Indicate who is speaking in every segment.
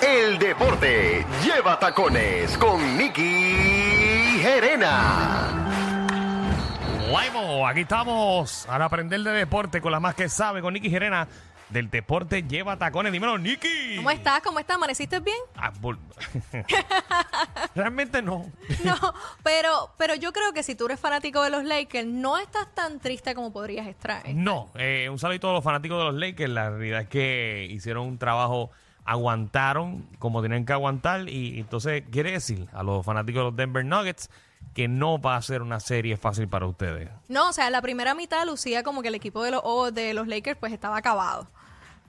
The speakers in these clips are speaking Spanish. Speaker 1: del deporte. Lleva tacones con Nicky Gerena.
Speaker 2: Bueno, aquí estamos al aprender de deporte con la más que sabe, con Nicky Gerena del deporte lleva tacones. Dímelo, Nicky.
Speaker 3: ¿Cómo estás? ¿Cómo estás? ¿Amaneciste bien?
Speaker 2: Ah, bol- Realmente no.
Speaker 3: No, pero, pero yo creo que si tú eres fanático de los Lakers, no estás tan triste como podrías estar.
Speaker 2: No, eh, un saludito a los fanáticos de los Lakers. La realidad es que hicieron un trabajo, aguantaron como tenían que aguantar. Y entonces quiere decir a los fanáticos de los Denver Nuggets que no va a ser una serie fácil para ustedes.
Speaker 3: No, o sea, la primera mitad lucía como que el equipo de los, o de los Lakers pues estaba acabado.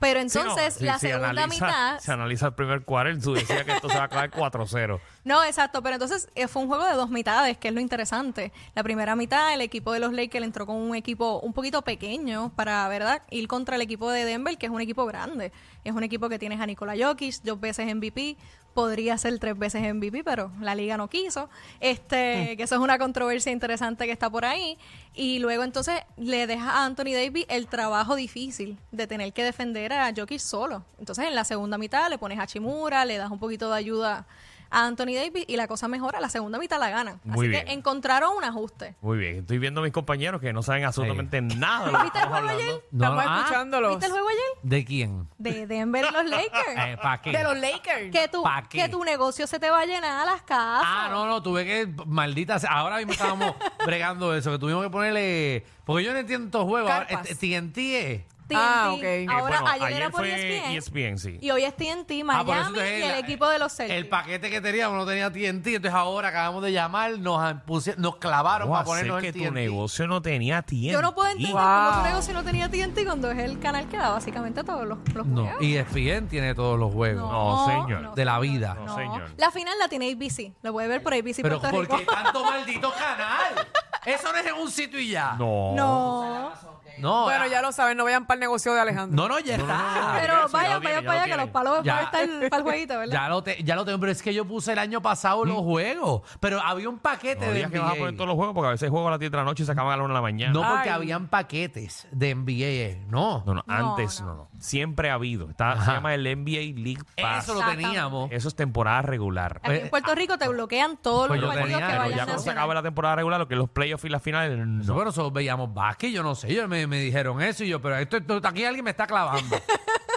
Speaker 3: Pero
Speaker 2: Sí, no,
Speaker 3: entonces
Speaker 2: si-
Speaker 3: la
Speaker 2: si
Speaker 3: segunda
Speaker 2: analiza-
Speaker 3: mitad...
Speaker 2: Si analiza el primer cuarto, tú decías que esto se va a acabar 4-0.
Speaker 3: No, exacto, pero entonces eh, fue un juego de dos mitades, que es lo interesante. La primera mitad, el equipo de los Lakers entró con un equipo un poquito pequeño para, ¿verdad?, ir contra el equipo de Denver, que es un equipo grande. Es un equipo que tienes a Nikola Jokic, dos veces MVP, podría ser tres veces MVP, pero la liga no quiso. Este, que eso es una controversia interesante que está por ahí. Y luego entonces le deja a Anthony Davis el trabajo difícil de tener que defender a Jokic solo. Entonces en la segunda mitad le pones a Chimura, le das un poquito de ayuda a Anthony Davis y la cosa mejora, la segunda mitad la ganan.
Speaker 2: Muy
Speaker 3: Así
Speaker 2: bien.
Speaker 3: que encontraron un ajuste.
Speaker 2: Muy bien, estoy viendo a mis compañeros que no saben absolutamente nada de lo que
Speaker 3: ¿Viste el
Speaker 2: Ah, estamos
Speaker 3: juego
Speaker 2: hablando.
Speaker 3: ayer?
Speaker 4: No,
Speaker 3: Estamos
Speaker 4: ah,
Speaker 3: escuchándolos. ¿Viste el juego ayer?
Speaker 4: ¿De quién?
Speaker 3: De Denver y los
Speaker 4: Eh,
Speaker 3: Lakers.
Speaker 4: ¿Para qué?
Speaker 5: Lakers.
Speaker 3: que, tu,
Speaker 4: ¿pa' qué?
Speaker 3: que tu negocio se te va a llenar a las casas.
Speaker 4: Ah, no, no, tuve que. Maldita sea, Ahora mismo estábamos bregando eso, que tuvimos que ponerle. Porque yo no entiendo estos juegos. ahora,
Speaker 5: Carpas.
Speaker 4: eh, TNT es.
Speaker 3: TNT.
Speaker 5: Ah, ok.
Speaker 2: Eh,
Speaker 3: Ahora,
Speaker 2: bueno,
Speaker 3: ayer, era por E
Speaker 2: fue E
Speaker 3: ESPN,
Speaker 2: sí.
Speaker 3: y hoy es TNT,
Speaker 4: Ah, por
Speaker 3: Miami
Speaker 4: eso entonces
Speaker 3: y el
Speaker 4: la-
Speaker 3: equipo de los Celtics.
Speaker 4: El paquete que teníamos no tenía TNT, entonces ahora acabamos de llamar, nos, pusie- nos clavaron
Speaker 2: ¿Cómo
Speaker 4: para
Speaker 2: hacer
Speaker 4: ponernos
Speaker 2: que
Speaker 4: el
Speaker 2: tu
Speaker 4: TNT.
Speaker 2: negocio no tenía tiempo.
Speaker 3: Yo no puedo entender
Speaker 5: Wow.
Speaker 3: cómo tu negocio no tenía TNT cuando es el canal que da básicamente todos los, los
Speaker 4: No,
Speaker 3: juegos.
Speaker 4: y E ESPN tiene todos los juegos.
Speaker 2: No, señor.
Speaker 4: De la vida.
Speaker 2: No, señor.
Speaker 3: La final la tiene ABC. Lo puede ver por ABC
Speaker 4: Pero
Speaker 3: Puerto
Speaker 4: ¿por
Speaker 3: Rico.
Speaker 4: qué tanto maldito canal? Eso no es en un sitio y ya.
Speaker 2: No.
Speaker 3: No.
Speaker 4: No,
Speaker 5: Bueno,
Speaker 4: ah,
Speaker 5: ya lo saben, no vayan para el negocio de Alejandro.
Speaker 4: no, no, ya está.
Speaker 2: ya
Speaker 3: Pero
Speaker 2: lo
Speaker 3: vayan,
Speaker 2: tiene, ya lo
Speaker 3: vayan para allá que
Speaker 2: tiene.
Speaker 3: los palos
Speaker 4: Ya. eh,
Speaker 3: van a estar para el jueguito, ¿verdad?
Speaker 4: Ya lo, te- ya lo tengo, pero es que yo puse el año pasado los juegos. Pero había un paquete
Speaker 2: Mm. No
Speaker 4: de
Speaker 2: digas que vas a poner
Speaker 4: NBA.
Speaker 2: todos los juegos porque a veces juego a las 10 de la noche y se acaban a las 1 de la mañana.
Speaker 4: No porque
Speaker 5: Ay.
Speaker 4: habían paquetes de NBA. No.
Speaker 2: no, no,
Speaker 3: No,
Speaker 2: antes no.
Speaker 3: no.
Speaker 2: no. Siempre ha habido. Está, se
Speaker 4: Ajá.
Speaker 2: llama el NBA League Pass.
Speaker 4: Eso lo
Speaker 3: Exactamente.
Speaker 4: teníamos.
Speaker 2: Eso es temporada regular.
Speaker 3: Aquí en Puerto Rico te bloquean todos
Speaker 4: eh, ah, pues
Speaker 3: los
Speaker 4: yo
Speaker 3: partidos
Speaker 4: tenía,
Speaker 3: que
Speaker 2: Pero
Speaker 4: vaya
Speaker 2: ya
Speaker 3: vayan
Speaker 2: cuando se
Speaker 3: nacional.
Speaker 2: acabe la temporada regular, lo que es los playoffs y las finales,
Speaker 4: Eso,
Speaker 2: no.
Speaker 4: Bueno, nosotros veíamos básquet, yo no sé, yo me, me dijeron eso y yo, pero esto, esto- aquí alguien me está clavando.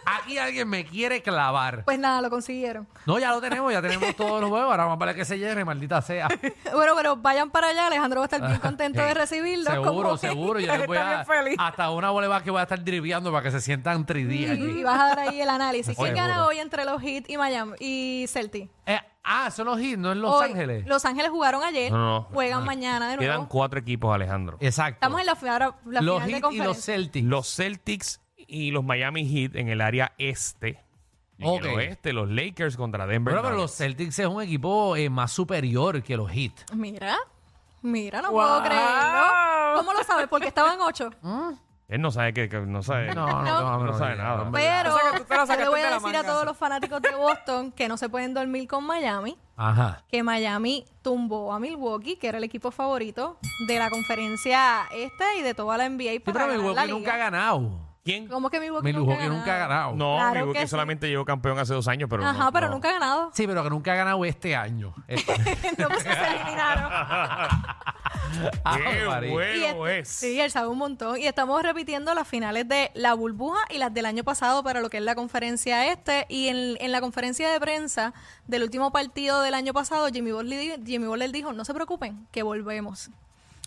Speaker 4: aquí alguien me quiere clavar.
Speaker 3: Pues nada, lo consiguieron.
Speaker 4: No, ya lo tenemos, ya tenemos todos los juegos, ahora vamos para que se llene, maldita sea.
Speaker 3: Bueno, pero vayan para allá. Alejandro va a estar bien contento de recibirlo.
Speaker 4: Seguro,
Speaker 3: como-
Speaker 4: seguro, yo les voy
Speaker 5: Está
Speaker 4: a
Speaker 5: bien feliz.
Speaker 4: hasta una bola que voy a estar driviando para que se sientan 3D aquí.
Speaker 3: Y vas a dar ahí el análisis. ¿Quién
Speaker 4: Pues Seguro.
Speaker 3: gana hoy entre los Heat y Miami y Celtic?
Speaker 4: Eh, ah, son los hits, no en Los
Speaker 3: Hoy,
Speaker 4: Ángeles.
Speaker 3: Los Ángeles jugaron ayer,
Speaker 2: No, no, no.
Speaker 3: juegan
Speaker 4: Ah,
Speaker 3: mañana de nuevo.
Speaker 2: Quedan cuatro equipos, Alejandro.
Speaker 4: Exacto.
Speaker 3: Estamos en la, fi- ahora- la
Speaker 4: los
Speaker 3: final de
Speaker 4: Heat y
Speaker 3: conferencia.
Speaker 4: los Celtics.
Speaker 2: Los Celtics y los Miami Heat en el área este. En
Speaker 4: Ok.
Speaker 2: el oeste, los Lakers contra Denver.
Speaker 4: Bueno, pero
Speaker 2: Nuggets.
Speaker 4: los Celtics es un equipo eh, más superior que los Heat.
Speaker 3: Mira, mira, no
Speaker 5: Wow.
Speaker 3: puedo creerlo. ¿Cómo lo sabes? Porque estaban ocho.
Speaker 2: Él no sabe que, que- no sabe.
Speaker 4: No, no,
Speaker 3: No.
Speaker 4: no,
Speaker 2: No sabe nada.
Speaker 4: no, en verdad.
Speaker 3: Pero
Speaker 5: O sea que tú te la
Speaker 3: yo le
Speaker 5: sacaste
Speaker 3: voy a
Speaker 5: de la
Speaker 3: decir a
Speaker 5: manga.
Speaker 3: todos los fanáticos de Boston que no se pueden dormir con Miami.
Speaker 4: Ajá.
Speaker 3: que Miami tumbó a Milwaukee, que era el equipo favorito de la conferencia esta y de toda la NBA
Speaker 4: Sí,
Speaker 3: para
Speaker 4: pero
Speaker 3: ganar
Speaker 4: Milwaukee
Speaker 3: la
Speaker 4: nunca ha
Speaker 3: liga.
Speaker 4: ganado.
Speaker 2: ¿Quién?
Speaker 3: ¿Cómo que Milwaukee,
Speaker 4: Milwaukee
Speaker 3: nunca
Speaker 4: nunca ha ganado.
Speaker 2: No,
Speaker 3: Claro
Speaker 2: Milwaukee
Speaker 3: que sí.
Speaker 2: solamente llegó campeón hace dos años, pero.
Speaker 3: Ajá,
Speaker 2: no-
Speaker 3: pero
Speaker 2: no.
Speaker 3: nunca ha ganado.
Speaker 4: Sí, pero que nunca ha ganado este año. Este-
Speaker 3: Entonces se eliminaron.
Speaker 4: Ah,
Speaker 2: ¡Qué
Speaker 4: María.
Speaker 3: Y
Speaker 2: bueno pues.
Speaker 3: este-
Speaker 2: es!
Speaker 3: Sí, él sabe un montón. Y estamos repitiendo las finales de la burbuja y las del año pasado para lo que es la conferencia este. Y en, en la conferencia de prensa del último partido del año pasado, Jimmy Butler, di- Jimmy Butler dijo, no se preocupen, que volvemos.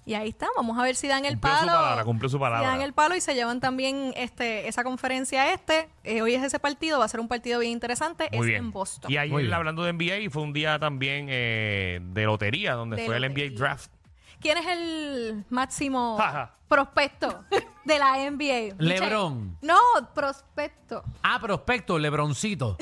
Speaker 3: Y ahí está, vamos a ver si dan el
Speaker 2: Cumplió su
Speaker 3: palo.
Speaker 2: palabra, cumplió su
Speaker 3: si
Speaker 2: palabra.
Speaker 3: dan el palo y se llevan también este esa conferencia este. Eh, hoy es ese partido, va a ser un partido bien interesante.
Speaker 2: Muy
Speaker 3: es
Speaker 2: bien.
Speaker 3: en Boston.
Speaker 2: Y
Speaker 4: Muy
Speaker 2: ayer,
Speaker 4: bien.
Speaker 2: hablando de NBA, fue un día también eh, de lotería, donde
Speaker 3: De
Speaker 2: fue el NBA
Speaker 3: lotería.
Speaker 2: Draft.
Speaker 3: ¿Quién es el máximo
Speaker 2: Jaja.
Speaker 3: prospecto de la NBA?
Speaker 4: LeBron.
Speaker 3: No, prospecto.
Speaker 4: Ah, prospecto, Lebroncito.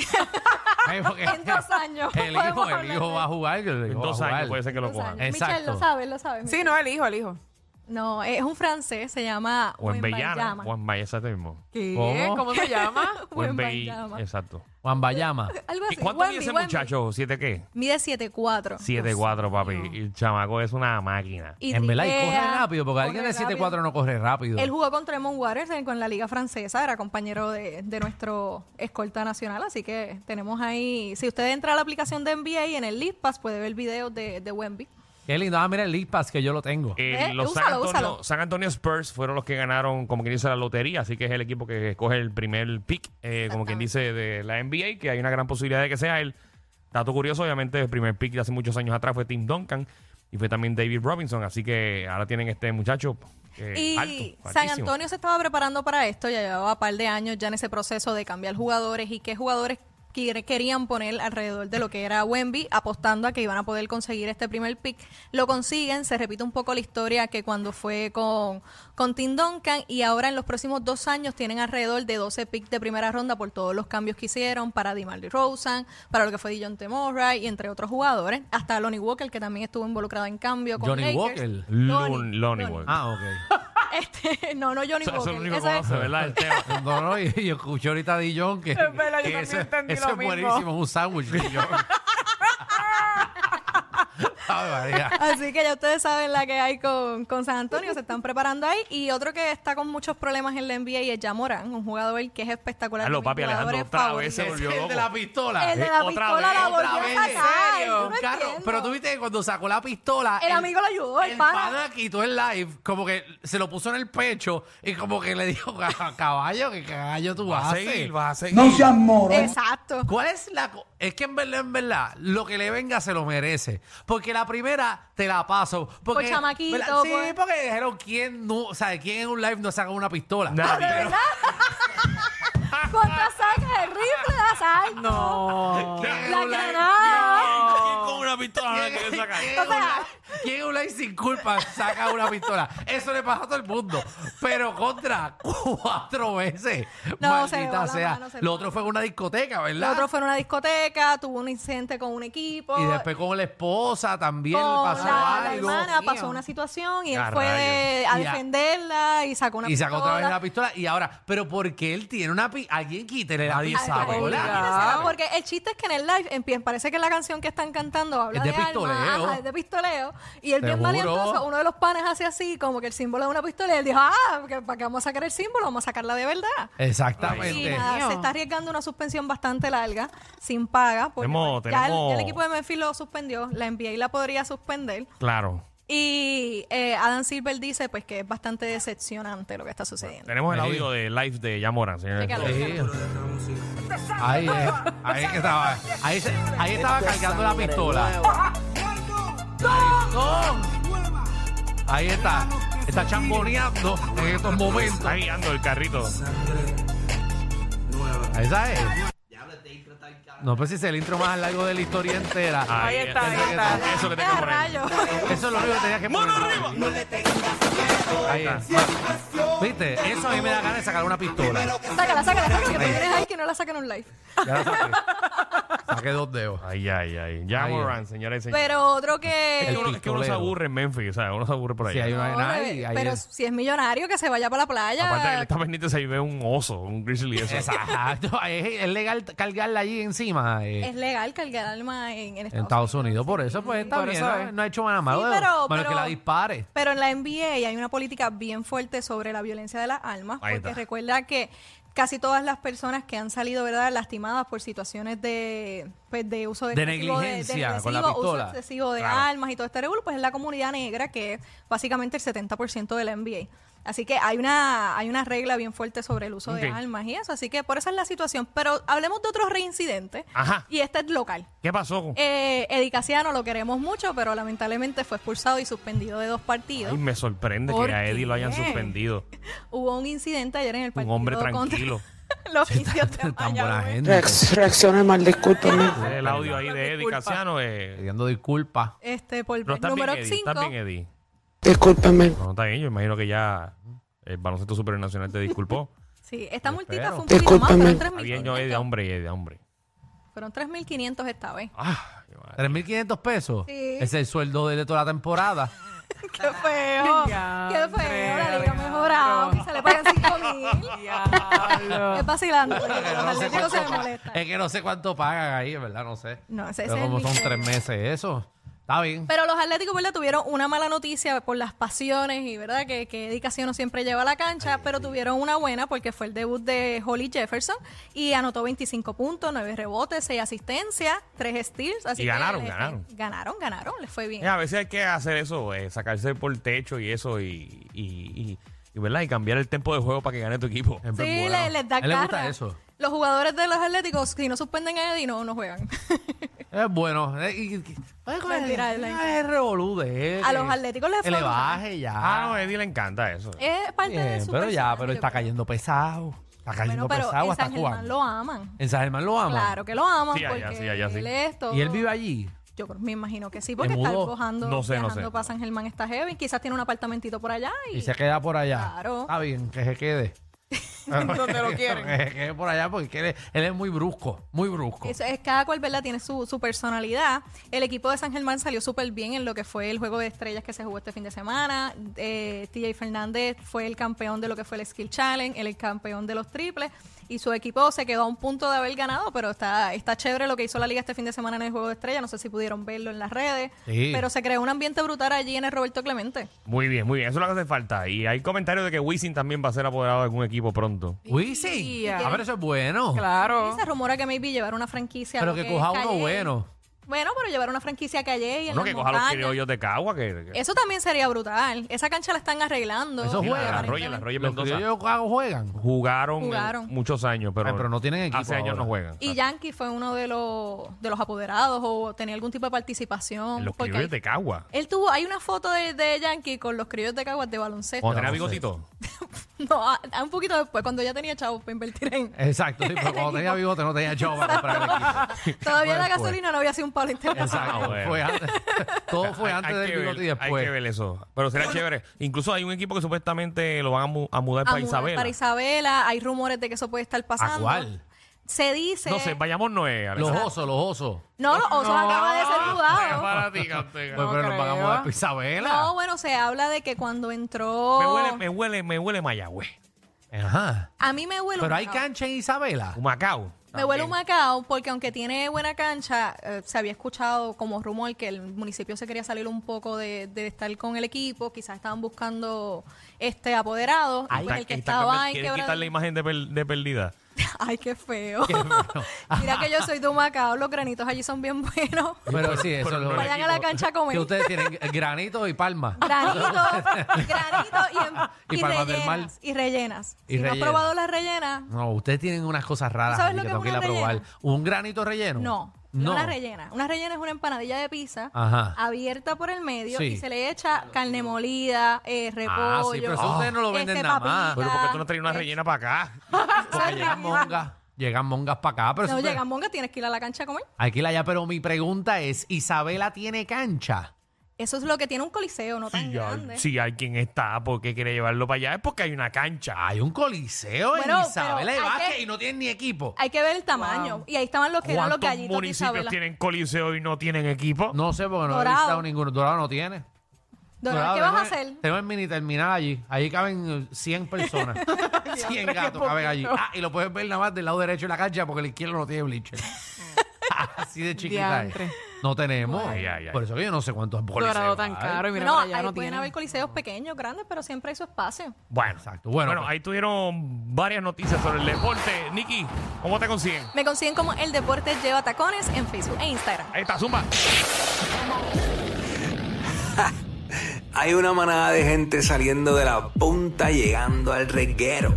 Speaker 4: Ay, porque-
Speaker 3: En dos años.
Speaker 4: El hijo,
Speaker 3: podemos
Speaker 4: el
Speaker 3: hablar
Speaker 4: hijo
Speaker 3: de
Speaker 4: va a jugar. el hijo
Speaker 2: En
Speaker 4: va a
Speaker 2: dos
Speaker 4: jugar.
Speaker 2: años puede ser que lo
Speaker 3: dos años.
Speaker 2: cojan.
Speaker 4: Exacto.
Speaker 3: Michelle, lo sabes, lo sabes.
Speaker 5: Sí, no, el hijo, el hijo.
Speaker 3: Michelle. No, es un francés, se llama
Speaker 2: O en
Speaker 3: Wembanyama.
Speaker 2: Bellana. O en Valle, exacto mismo.
Speaker 5: ¿Qué?
Speaker 4: ¿Cómo?
Speaker 5: ¿Cómo? se llama?
Speaker 2: O en Bell-
Speaker 3: Wembanyama.
Speaker 2: Exacto.
Speaker 4: Juan Bayama.
Speaker 3: Algo así.
Speaker 2: ¿Y ¿Cuánto
Speaker 3: Wemby,
Speaker 2: mide ese
Speaker 3: Wemby.
Speaker 2: muchacho? ¿Siete qué?
Speaker 3: Mide 7'4".
Speaker 2: Siete cuatro, papi. Y el chamaco es una máquina.
Speaker 3: Y
Speaker 4: en verdad, y corre
Speaker 3: drivea,
Speaker 4: rápido, porque
Speaker 3: corre
Speaker 4: alguien de
Speaker 3: rápido.
Speaker 4: 7-4 no corre rápido.
Speaker 3: Él jugó contra Emon Waters en- con la Liga Francesa, era compañero de, de nuestro escolta nacional, así que tenemos ahí, si usted entra a la aplicación de NBA y en el League Pass puede ver videos de, de Wemby.
Speaker 4: Qué lindo. Ah, mira el League Pass que yo lo tengo.
Speaker 2: Eh,
Speaker 3: Eh,
Speaker 2: los San,
Speaker 3: úsalo,
Speaker 2: Antonio,
Speaker 3: úsalo.
Speaker 2: San Antonio Spurs fueron los que ganaron, como quien dice, la lotería, así que es el equipo que escoge el primer pick, eh, como quien dice, de la NBA, que hay una gran posibilidad de que sea él. Dato curioso, obviamente, el primer pick de hace muchos años atrás fue Tim Duncan y fue también David Robinson, así que ahora tienen este muchacho eh,
Speaker 3: y
Speaker 2: alto,
Speaker 3: San
Speaker 2: altísimo.
Speaker 3: Antonio se estaba preparando para esto, ya llevaba un par de años ya en ese proceso de cambiar jugadores y qué jugadores quiere- querían poner alrededor de lo que era Wemby, apostando a que iban a poder conseguir este primer pick. Lo consiguen, se repite un poco la historia que cuando fue con, con Tim Duncan y ahora en los próximos dos años tienen alrededor de 12 picks de primera ronda por todos los cambios que hicieron para DeMar DeRozan, para lo que fue Dijon Murray y entre otros jugadores, hasta Lonnie Walker que también estuvo involucrado en cambio con
Speaker 4: Johnny
Speaker 3: Lakers.
Speaker 4: Walker.
Speaker 2: Lon- Lonnie Walker.
Speaker 4: Ah, ok.
Speaker 3: Este, no, no Johnny
Speaker 2: Eso es
Speaker 3: Walker.
Speaker 2: lo único que
Speaker 3: Ese-
Speaker 2: conoce, ¿verdad? El tema.
Speaker 4: No, no, y y yo escuché ahorita a Dijon que.
Speaker 5: Es verdad, yo
Speaker 4: que
Speaker 5: también
Speaker 4: ese-
Speaker 5: entendí
Speaker 4: ese
Speaker 5: lo
Speaker 4: es
Speaker 5: mismo.
Speaker 4: buenísimo, es un sándwich, Dijon. Ay, María.
Speaker 3: Así que ya ustedes saben la que hay con, con San Antonio, se están preparando ahí. Y otro que está con muchos problemas en la NBA y es Jamorán, un jugador que es espectacular.
Speaker 2: Hazlo,
Speaker 3: de mis
Speaker 2: papi, Alejandro,
Speaker 3: jugadores
Speaker 2: otra vez
Speaker 3: favoritos.
Speaker 2: se volvió
Speaker 4: Ese es el
Speaker 2: loco.
Speaker 4: de la pistola.
Speaker 3: El de la
Speaker 2: Otra
Speaker 3: pistola
Speaker 2: vez,
Speaker 3: la
Speaker 4: Eh,
Speaker 3: volvió
Speaker 4: Otra
Speaker 3: a
Speaker 4: vez.
Speaker 3: sacar.
Speaker 5: ¿En
Speaker 3: yo
Speaker 5: serio?
Speaker 3: no
Speaker 4: Un carro-
Speaker 3: entiendo.
Speaker 4: pero tú viste que cuando sacó la pistola.
Speaker 3: El amigo lo ayudó, el
Speaker 4: El
Speaker 3: pana.
Speaker 4: pana quitó el live, como que se lo puso en el pecho y como que le dijo, caballo, que caballo tú
Speaker 2: Vas a
Speaker 4: haces.
Speaker 2: seguir, vas a seguir.
Speaker 6: No seas moro.
Speaker 3: Exacto.
Speaker 4: ¿Cuál es la.? co- Es que en verdad, en verdad, lo que le venga se lo merece. Porque la primera te la paso. Porque,
Speaker 3: Por chamaquito,
Speaker 4: ¿verdad? Sí,
Speaker 3: por-
Speaker 4: porque dijeron, ¿quién no. O sea, ¿quién en un live no saca una pistola?
Speaker 3: Ah,
Speaker 2: Nadie.
Speaker 3: Cuando sacas el rifle de asalto.
Speaker 5: No.
Speaker 4: ¿Quién en
Speaker 3: La
Speaker 4: un live-
Speaker 3: granada.
Speaker 2: ¿Quién con una pistola no la quiere sacar?
Speaker 4: ¿Quién en un live- quién en un live sin culpa saca una pistola? Eso le pasa a todo el mundo. Pero contra cuatro veces.
Speaker 3: No, se le va
Speaker 4: Maldita
Speaker 3: la
Speaker 4: sea.
Speaker 3: mano, se le
Speaker 4: lo
Speaker 3: va
Speaker 4: otro
Speaker 3: la
Speaker 4: fue en una discoteca,
Speaker 3: El
Speaker 4: ¿verdad?
Speaker 3: otro fue en una discoteca, tuvo un incidente con un equipo.
Speaker 4: y después con la esposa también le
Speaker 3: con
Speaker 4: pasó
Speaker 3: la, la
Speaker 4: algo.
Speaker 3: hermana
Speaker 5: Dios mío.
Speaker 3: pasó una situación y él
Speaker 2: Ah,
Speaker 3: fue de-
Speaker 4: rayos.
Speaker 3: a
Speaker 4: Y a-
Speaker 3: defenderla y sacó una
Speaker 4: y sacó otra vez
Speaker 3: pistola.
Speaker 4: la pistola. Y ahora, pero ¿por qué él tiene una pistola? Alguien quítele la
Speaker 2: Nadie
Speaker 4: pistola.
Speaker 2: sabe.
Speaker 3: Imagínensela, Porque el chiste es que en el live empie- parece que la canción que están cantando habla
Speaker 4: Es de
Speaker 3: armas,
Speaker 4: pistoleo.
Speaker 3: ajá, es de pistoleo. Y él, bien
Speaker 4: Seguro.
Speaker 3: valientoso, uno de los panes hace así, como que el símbolo de una pistola. Y él dijo, ah, que- ¿para qué vamos a sacar el símbolo? Vamos a sacarla de verdad. Y
Speaker 4: Exactamente.
Speaker 3: nada,
Speaker 5: Dios.
Speaker 3: se está arriesgando una suspensión bastante larga, sin paga. Porque
Speaker 2: Tenemos-
Speaker 3: pues, ya, el, ya el
Speaker 2: tenemos-
Speaker 3: equipo de Memphis lo suspendió, la NBA la podría suspender.
Speaker 2: Claro.
Speaker 3: Y eh, Adam Silver dice pues que es bastante decepcionante lo que está sucediendo.
Speaker 2: Tenemos el
Speaker 4: Sí.
Speaker 2: audio de live de Yamora, señores.
Speaker 3: Chécalo.
Speaker 4: Sí. Ahí, eh, ahí que estaba. Ahí, se- ahí estaba cargando la pistola. ¡No! Ahí está. Está chamboneando en estos momentos.
Speaker 2: Está guiando el carrito.
Speaker 4: Esa es. eh. No, pues si es el intro más largo de la historia entera.
Speaker 5: Ahí está, ahí está.
Speaker 2: Eso que tengo
Speaker 3: ¡Ah,
Speaker 2: por ahí.
Speaker 3: rayos!
Speaker 4: Eso es lo único que tenía que poner. Ahí está. ¿Viste? Eso a mí me da ganas de sacar una pistola.
Speaker 3: sácala, sácala, sácala, que tú tienes ahí que no la saquen un live.
Speaker 4: Ya la saqué. Saqué dos dedos.
Speaker 2: Ay, ay, ay. Yamoran, señores y señores.
Speaker 3: Pero otro
Speaker 2: Es
Speaker 3: que...
Speaker 2: que uno- es que uno se
Speaker 4: pistolero.
Speaker 2: aburre en Memphis, o sea, uno se aburre por ahí.
Speaker 4: Si hay una
Speaker 3: No,
Speaker 4: nada
Speaker 3: bebé,
Speaker 4: y ahí
Speaker 3: pero
Speaker 4: es.
Speaker 3: si es millonario, que se vaya para la playa.
Speaker 2: Aparte que él está pendiente si ahí ve un oso, un grizzly eso.
Speaker 4: Exacto. Es, es legal cargarla allí encima. eh,
Speaker 3: Es legal cargar armas en, en
Speaker 4: en
Speaker 3: Estados Unidos.
Speaker 4: Estados Unidos. Por eso, pues, está
Speaker 5: Por
Speaker 4: bien.
Speaker 5: eso
Speaker 4: ¿no?
Speaker 5: es.
Speaker 4: No ha hecho nada malo.
Speaker 3: Sí,
Speaker 4: de-
Speaker 3: pero-
Speaker 4: bueno, que
Speaker 3: pero- Ah,
Speaker 4: la dispare.
Speaker 3: Pero en la NBA hay una política bien fuerte sobre la violencia de las armas,
Speaker 2: Ahí
Speaker 3: porque
Speaker 2: está.
Speaker 3: recuerda que casi todas las personas que han salido verdad lastimadas por situaciones de, pues, de uso de,
Speaker 4: De
Speaker 3: excesivo
Speaker 4: negligencia con la
Speaker 3: excesivo,
Speaker 4: pistola.
Speaker 3: uso excesivo de
Speaker 2: Claro.
Speaker 3: armas y todo este revuelo, pues es la comunidad negra que es básicamente el 70% de la NBA. Así que hay una hay una regla bien fuerte sobre el uso
Speaker 2: Ok.
Speaker 3: de armas y eso, así que por esa es la situación. Pero hablemos de otros reincidentes
Speaker 2: Ajá.
Speaker 3: y este es local.
Speaker 2: ¿Qué pasó?
Speaker 3: Eh, Eddie Casiano lo queremos mucho, pero lamentablemente fue expulsado y suspendido de dos partidos.
Speaker 2: Ay, me sorprende
Speaker 3: ¿Por
Speaker 2: que a Eddie lo hayan
Speaker 3: qué?
Speaker 2: suspendido.
Speaker 3: Hubo un incidente ayer en el
Speaker 2: Un
Speaker 3: partido
Speaker 2: hombre
Speaker 3: contra
Speaker 2: tranquilo.
Speaker 3: los indios de
Speaker 4: Tan buena
Speaker 3: Mayagüez.
Speaker 4: gente.
Speaker 6: Rex, reacciones mal, discúlpame.
Speaker 2: Ese es El audio ahí de Eddie
Speaker 5: Disculpa.
Speaker 2: Casiano. Eh,
Speaker 4: Pidiendo disculpas.
Speaker 3: Este, por
Speaker 2: pero está
Speaker 3: número
Speaker 2: bien, Eddie. Está
Speaker 3: 5.
Speaker 2: bien, Eddie.
Speaker 6: Discúlpame.
Speaker 2: No, está bien. Yo imagino que ya el baloncesto supernacional te disculpó.
Speaker 3: Sí, esta
Speaker 2: Yo
Speaker 3: multita
Speaker 2: espero.
Speaker 3: fue un poquito más,
Speaker 6: Discúlpame.
Speaker 3: fueron
Speaker 2: Está bien, yo
Speaker 3: 3.500.
Speaker 2: Eddie, hombre, Eddie, hombre.
Speaker 3: Fueron 3.500 esta vez.
Speaker 2: Ah, qué madre.
Speaker 4: 3.500 pesos.
Speaker 3: Sí.
Speaker 4: Es el sueldo de toda la temporada.
Speaker 3: Qué feo.
Speaker 5: Ya,
Speaker 3: Qué feo. La liga ha mejorado.
Speaker 5: Alejandro.
Speaker 3: Quizá le pagan 5 mil.
Speaker 5: Diablo.
Speaker 3: Es vacilante. Los
Speaker 4: Es que no sé
Speaker 3: atléticos se
Speaker 4: cuánto-
Speaker 3: molestan.
Speaker 4: es que no sé cuánto pagan ahí, en ¿verdad? No sé.
Speaker 3: No, ese-
Speaker 4: Pero
Speaker 3: ese es
Speaker 4: como
Speaker 3: el
Speaker 4: son
Speaker 3: misterio.
Speaker 4: tres meses eso. Está bien.
Speaker 3: Pero los Atléticos, ¿verdad? Tuvieron una mala noticia por las pasiones y, ¿verdad? Que, que Eddie Casino siempre lleva a la cancha, pero tuvieron una buena porque fue el debut de Holly Jefferson y anotó 25 puntos, 9 rebotes, 6 asistencias, 3 steals. Así
Speaker 2: Y
Speaker 3: que
Speaker 2: ganaron,
Speaker 3: le-
Speaker 2: ganaron.
Speaker 3: Ganaron, ganaron, les fue bien.
Speaker 2: Eh, a veces hay que hacer eso, eh, sacarse por el techo y eso, y, y, y- y, ¿verdad? y cambiar el tiempo de juego para que gane tu equipo.
Speaker 4: Siempre es
Speaker 3: Sí,
Speaker 4: bueno.
Speaker 3: le- les da
Speaker 4: A él le gusta
Speaker 3: garra.
Speaker 4: eso.
Speaker 3: Los jugadores de los Atléticos, si no suspenden a Eddie, no, no juegan.
Speaker 4: Es bueno. Eh, y- y- Ay, coño,
Speaker 3: Mentira,
Speaker 4: no
Speaker 3: la-
Speaker 4: es revolú de él,
Speaker 3: A los
Speaker 4: que-
Speaker 3: atléticos les
Speaker 4: Que le
Speaker 3: fue-
Speaker 4: baje ya.
Speaker 2: Ah, no, a Eddie le encanta eso.
Speaker 3: es parte de
Speaker 4: Bien,
Speaker 3: su
Speaker 4: pero ya,
Speaker 3: personaje,
Speaker 4: pero
Speaker 3: yo
Speaker 4: está
Speaker 3: creo.
Speaker 4: cayendo pesado. Está cayendo
Speaker 3: Bueno, pero
Speaker 4: pesado
Speaker 3: en
Speaker 4: hasta
Speaker 3: San Germán
Speaker 4: cuándo.
Speaker 3: lo aman.
Speaker 4: En San Germán lo ama.
Speaker 3: Claro pues, que lo aman
Speaker 2: Sí,
Speaker 3: porque
Speaker 2: allá sí, allá sí.
Speaker 3: él es todo.
Speaker 4: Y él vive allí.
Speaker 3: Yo creo- me imagino que sí, porque está
Speaker 4: mudó?
Speaker 3: cojando,
Speaker 2: No sé, no sé.
Speaker 3: para San Germán está heavy. Quizás tiene un apartamentito por allá y,
Speaker 4: Y se queda por allá.
Speaker 3: Claro.
Speaker 4: Está bien, que se quede.
Speaker 5: Donde lo
Speaker 4: Que
Speaker 5: quieren.
Speaker 4: se quede por allá porque él es, él es muy brusco. Muy brusco.
Speaker 3: eso es, cada cual ¿verdad? tiene su, su personalidad. El equipo de San Germán salió súper bien en lo que fue el juego de estrellas que se jugó este fin de semana. Eh, TJ Fernández fue el campeón de lo que fue el Skill Challenge, el campeón de los triples. Y su equipo se quedó a un punto de haber ganado, pero está, está chévere lo que hizo la liga este fin de semana en el juego de estrellas. No sé si pudieron verlo en las redes,
Speaker 4: Sí.
Speaker 3: pero se creó un ambiente brutal allí en el Roberto Clemente.
Speaker 2: Muy bien, muy bien. Eso es lo que hace falta. Y hay comentarios de que Wisin también va a ser apoderado de algún equipo pronto.
Speaker 4: Uy, sí.
Speaker 5: Ya.
Speaker 4: A ver, eso es bueno.
Speaker 5: Claro.
Speaker 3: Y se rumora que maybe llevar una franquicia. a
Speaker 4: Pero
Speaker 3: lo
Speaker 4: que
Speaker 3: es
Speaker 4: coja uno
Speaker 3: Calle.
Speaker 4: bueno.
Speaker 3: Bueno, pero llevar una franquicia a Calle y en
Speaker 2: No,
Speaker 3: las
Speaker 2: que coja los
Speaker 3: montañas.
Speaker 2: criollos de Cagua. Que, que-
Speaker 3: Eso también sería brutal. Esa cancha la están arreglando.
Speaker 4: Eso
Speaker 2: Sí,
Speaker 4: juega.
Speaker 2: la
Speaker 4: juegan,
Speaker 2: Arroyo, la Arroyo
Speaker 4: Los
Speaker 2: Mendoza.
Speaker 4: criollos Chicago juegan.
Speaker 2: Jugaron, eh,
Speaker 3: Jugaron.
Speaker 2: muchos años, pero,
Speaker 4: Ay, pero no tienen equipo
Speaker 2: Hace años
Speaker 4: ahora.
Speaker 2: no juegan.
Speaker 3: Y Yankee fue uno de los, de los apoderados o tenía algún tipo de participación.
Speaker 2: Ah, Los
Speaker 3: porque
Speaker 2: criollos
Speaker 3: hay-
Speaker 2: de Cagua.
Speaker 3: Él tuvo, hay una foto de, de Yankee con los criollos de Caguas de baloncesto.
Speaker 2: Cuando tenía
Speaker 4: no sé.
Speaker 2: bigotito.
Speaker 3: No, a- a un poquito después, cuando ya tenía chavos para invertir en.
Speaker 4: Exacto, sí, pero cuando tenía bigote no tenía chavo para comprar
Speaker 3: Ah,
Speaker 4: el equipo.
Speaker 3: Todavía la
Speaker 4: Después.
Speaker 3: gasolina no había sido un palo internacional.
Speaker 4: Exacto.
Speaker 2: Ah, bueno.
Speaker 4: fue antes. Todo fue
Speaker 2: Hay-
Speaker 4: antes
Speaker 2: hay
Speaker 4: del
Speaker 2: que ver,
Speaker 4: bigote y
Speaker 2: Hay que
Speaker 4: después.
Speaker 2: ver eso. Pero será chévere. Incluso hay un equipo que supuestamente lo van a, mu- a mudar
Speaker 3: A
Speaker 2: para
Speaker 3: mudar
Speaker 2: Isabela.
Speaker 3: Para Isabela, hay rumores de que eso puede estar pasando.
Speaker 4: cuál?
Speaker 3: Se dice.
Speaker 2: No sé, vayamos no es.
Speaker 4: Los
Speaker 2: Alexandra.
Speaker 4: osos, los osos.
Speaker 3: No,
Speaker 2: Eh,
Speaker 3: los osos acaba de ser mudado.
Speaker 2: Para ti, Cantega.
Speaker 4: Pues, pero nos
Speaker 5: creo.
Speaker 4: pagamos a Isabela.
Speaker 3: No, bueno, se habla de que cuando entró.
Speaker 2: Me huele, me huele, me huele Mayagüez.
Speaker 4: Ajá.
Speaker 3: A mí me huele
Speaker 4: Pero
Speaker 3: un
Speaker 4: hay
Speaker 3: Macao.
Speaker 4: cancha en Isabela.
Speaker 2: Humacao.
Speaker 3: Me huele un Macao porque aunque tiene buena cancha, eh, se había escuchado como rumor que el municipio se quería salir un poco de, de estar con el equipo, quizás estaban buscando este apoderado, y pues el que estaba en
Speaker 2: Quiere quitar la
Speaker 3: quebrada-
Speaker 2: imagen de, per- de perdida.
Speaker 3: Ay, qué feo. Mira que yo soy de un Macao, los granitos allí son bien buenos.
Speaker 4: Pero sí, eso
Speaker 2: pero
Speaker 4: es lo
Speaker 2: no
Speaker 3: Vayan a la cancha a comer.
Speaker 4: Que ustedes tienen granito y palma.
Speaker 3: Granito, granito y, en-
Speaker 4: Y
Speaker 3: y
Speaker 4: palmas del mar.
Speaker 3: rellenas. Y rellenas.
Speaker 4: Y
Speaker 3: si no has
Speaker 4: rellenas.
Speaker 3: probado las rellenas,
Speaker 4: No, ustedes tienen unas cosas raras
Speaker 3: ¿Sabes
Speaker 4: ahí
Speaker 3: lo
Speaker 4: que
Speaker 3: que es
Speaker 4: tengo que ir a
Speaker 3: una
Speaker 4: probar.
Speaker 3: rellena?
Speaker 4: ¿Un granito relleno?
Speaker 3: no.
Speaker 4: No.
Speaker 3: Una rellena. Una rellena es una empanadilla de pizza
Speaker 4: Ajá.
Speaker 3: abierta por el medio
Speaker 4: Sí.
Speaker 3: y se le echa carne molida, eh, repollo. este,
Speaker 4: Ah, sí, pero eso ustedes no lo venden nada más.
Speaker 3: Ah,
Speaker 2: Pero ¿por qué tú no traes
Speaker 3: pues.
Speaker 2: una rellena para acá?
Speaker 4: Porque llegan mongas. Llegan mongas para acá. Pero
Speaker 3: eh, No
Speaker 4: eso-
Speaker 3: llegan monga, tienes que ir a la cancha a comer.
Speaker 4: Aquí la ya, pero mi pregunta es, ¿Isabela tiene cancha?
Speaker 3: Eso es lo que tiene un coliseo, no tan
Speaker 2: Si hay,
Speaker 3: grande.
Speaker 2: si hay quien está, ¿por qué quiere llevarlo para allá? Es porque hay una cancha.
Speaker 4: Hay un coliseo
Speaker 3: Bueno,
Speaker 4: en
Speaker 3: pero
Speaker 4: Isabela de
Speaker 3: hay
Speaker 4: Vázquez
Speaker 3: que-
Speaker 4: y no tienen ni equipo.
Speaker 3: Hay que ver el tamaño. Y ahí estaban los que eran los
Speaker 2: ¿Cuántos
Speaker 3: gallitos de
Speaker 2: municipios
Speaker 3: Isabela.
Speaker 2: tienen coliseo y no tienen equipo?
Speaker 4: No sé porque no he
Speaker 3: Dorado.
Speaker 4: visitado ninguno. Dorado no tiene.
Speaker 3: Dorado, ¿Qué
Speaker 4: Dorado,
Speaker 3: vas a
Speaker 4: tengo-
Speaker 3: hacer?
Speaker 4: Tengo el mini terminal allí. Ahí caben eh, 100 personas. 100 gatos caben allí. Ah, y lo puedes ver nada más del lado derecho de la cancha porque el izquierdo no tiene bleacher. Así de chiquita es.
Speaker 5: Diantre.
Speaker 4: No tenemos.
Speaker 2: Ay, ay, ay.
Speaker 4: Por eso que yo no sé cuántos coliseos
Speaker 5: Dorado tan
Speaker 4: hay.
Speaker 5: caro y mira
Speaker 3: No,
Speaker 5: para allá
Speaker 3: ahí
Speaker 5: no
Speaker 3: pueden
Speaker 5: tiene.
Speaker 3: haber coliseos pequeños, grandes, pero siempre hay su espacio.
Speaker 2: Bueno,
Speaker 4: Exacto. Bueno,
Speaker 2: Bueno,
Speaker 4: pues.
Speaker 2: ahí tuvieron varias noticias sobre el deporte. Nicky, ¿cómo te consiguen?
Speaker 3: Me consiguen como El Deporte Lleva Tacones en Facebook e Instagram.
Speaker 2: Ahí está, Zumba.
Speaker 7: Hay una manada de gente saliendo de la punta llegando al reguero.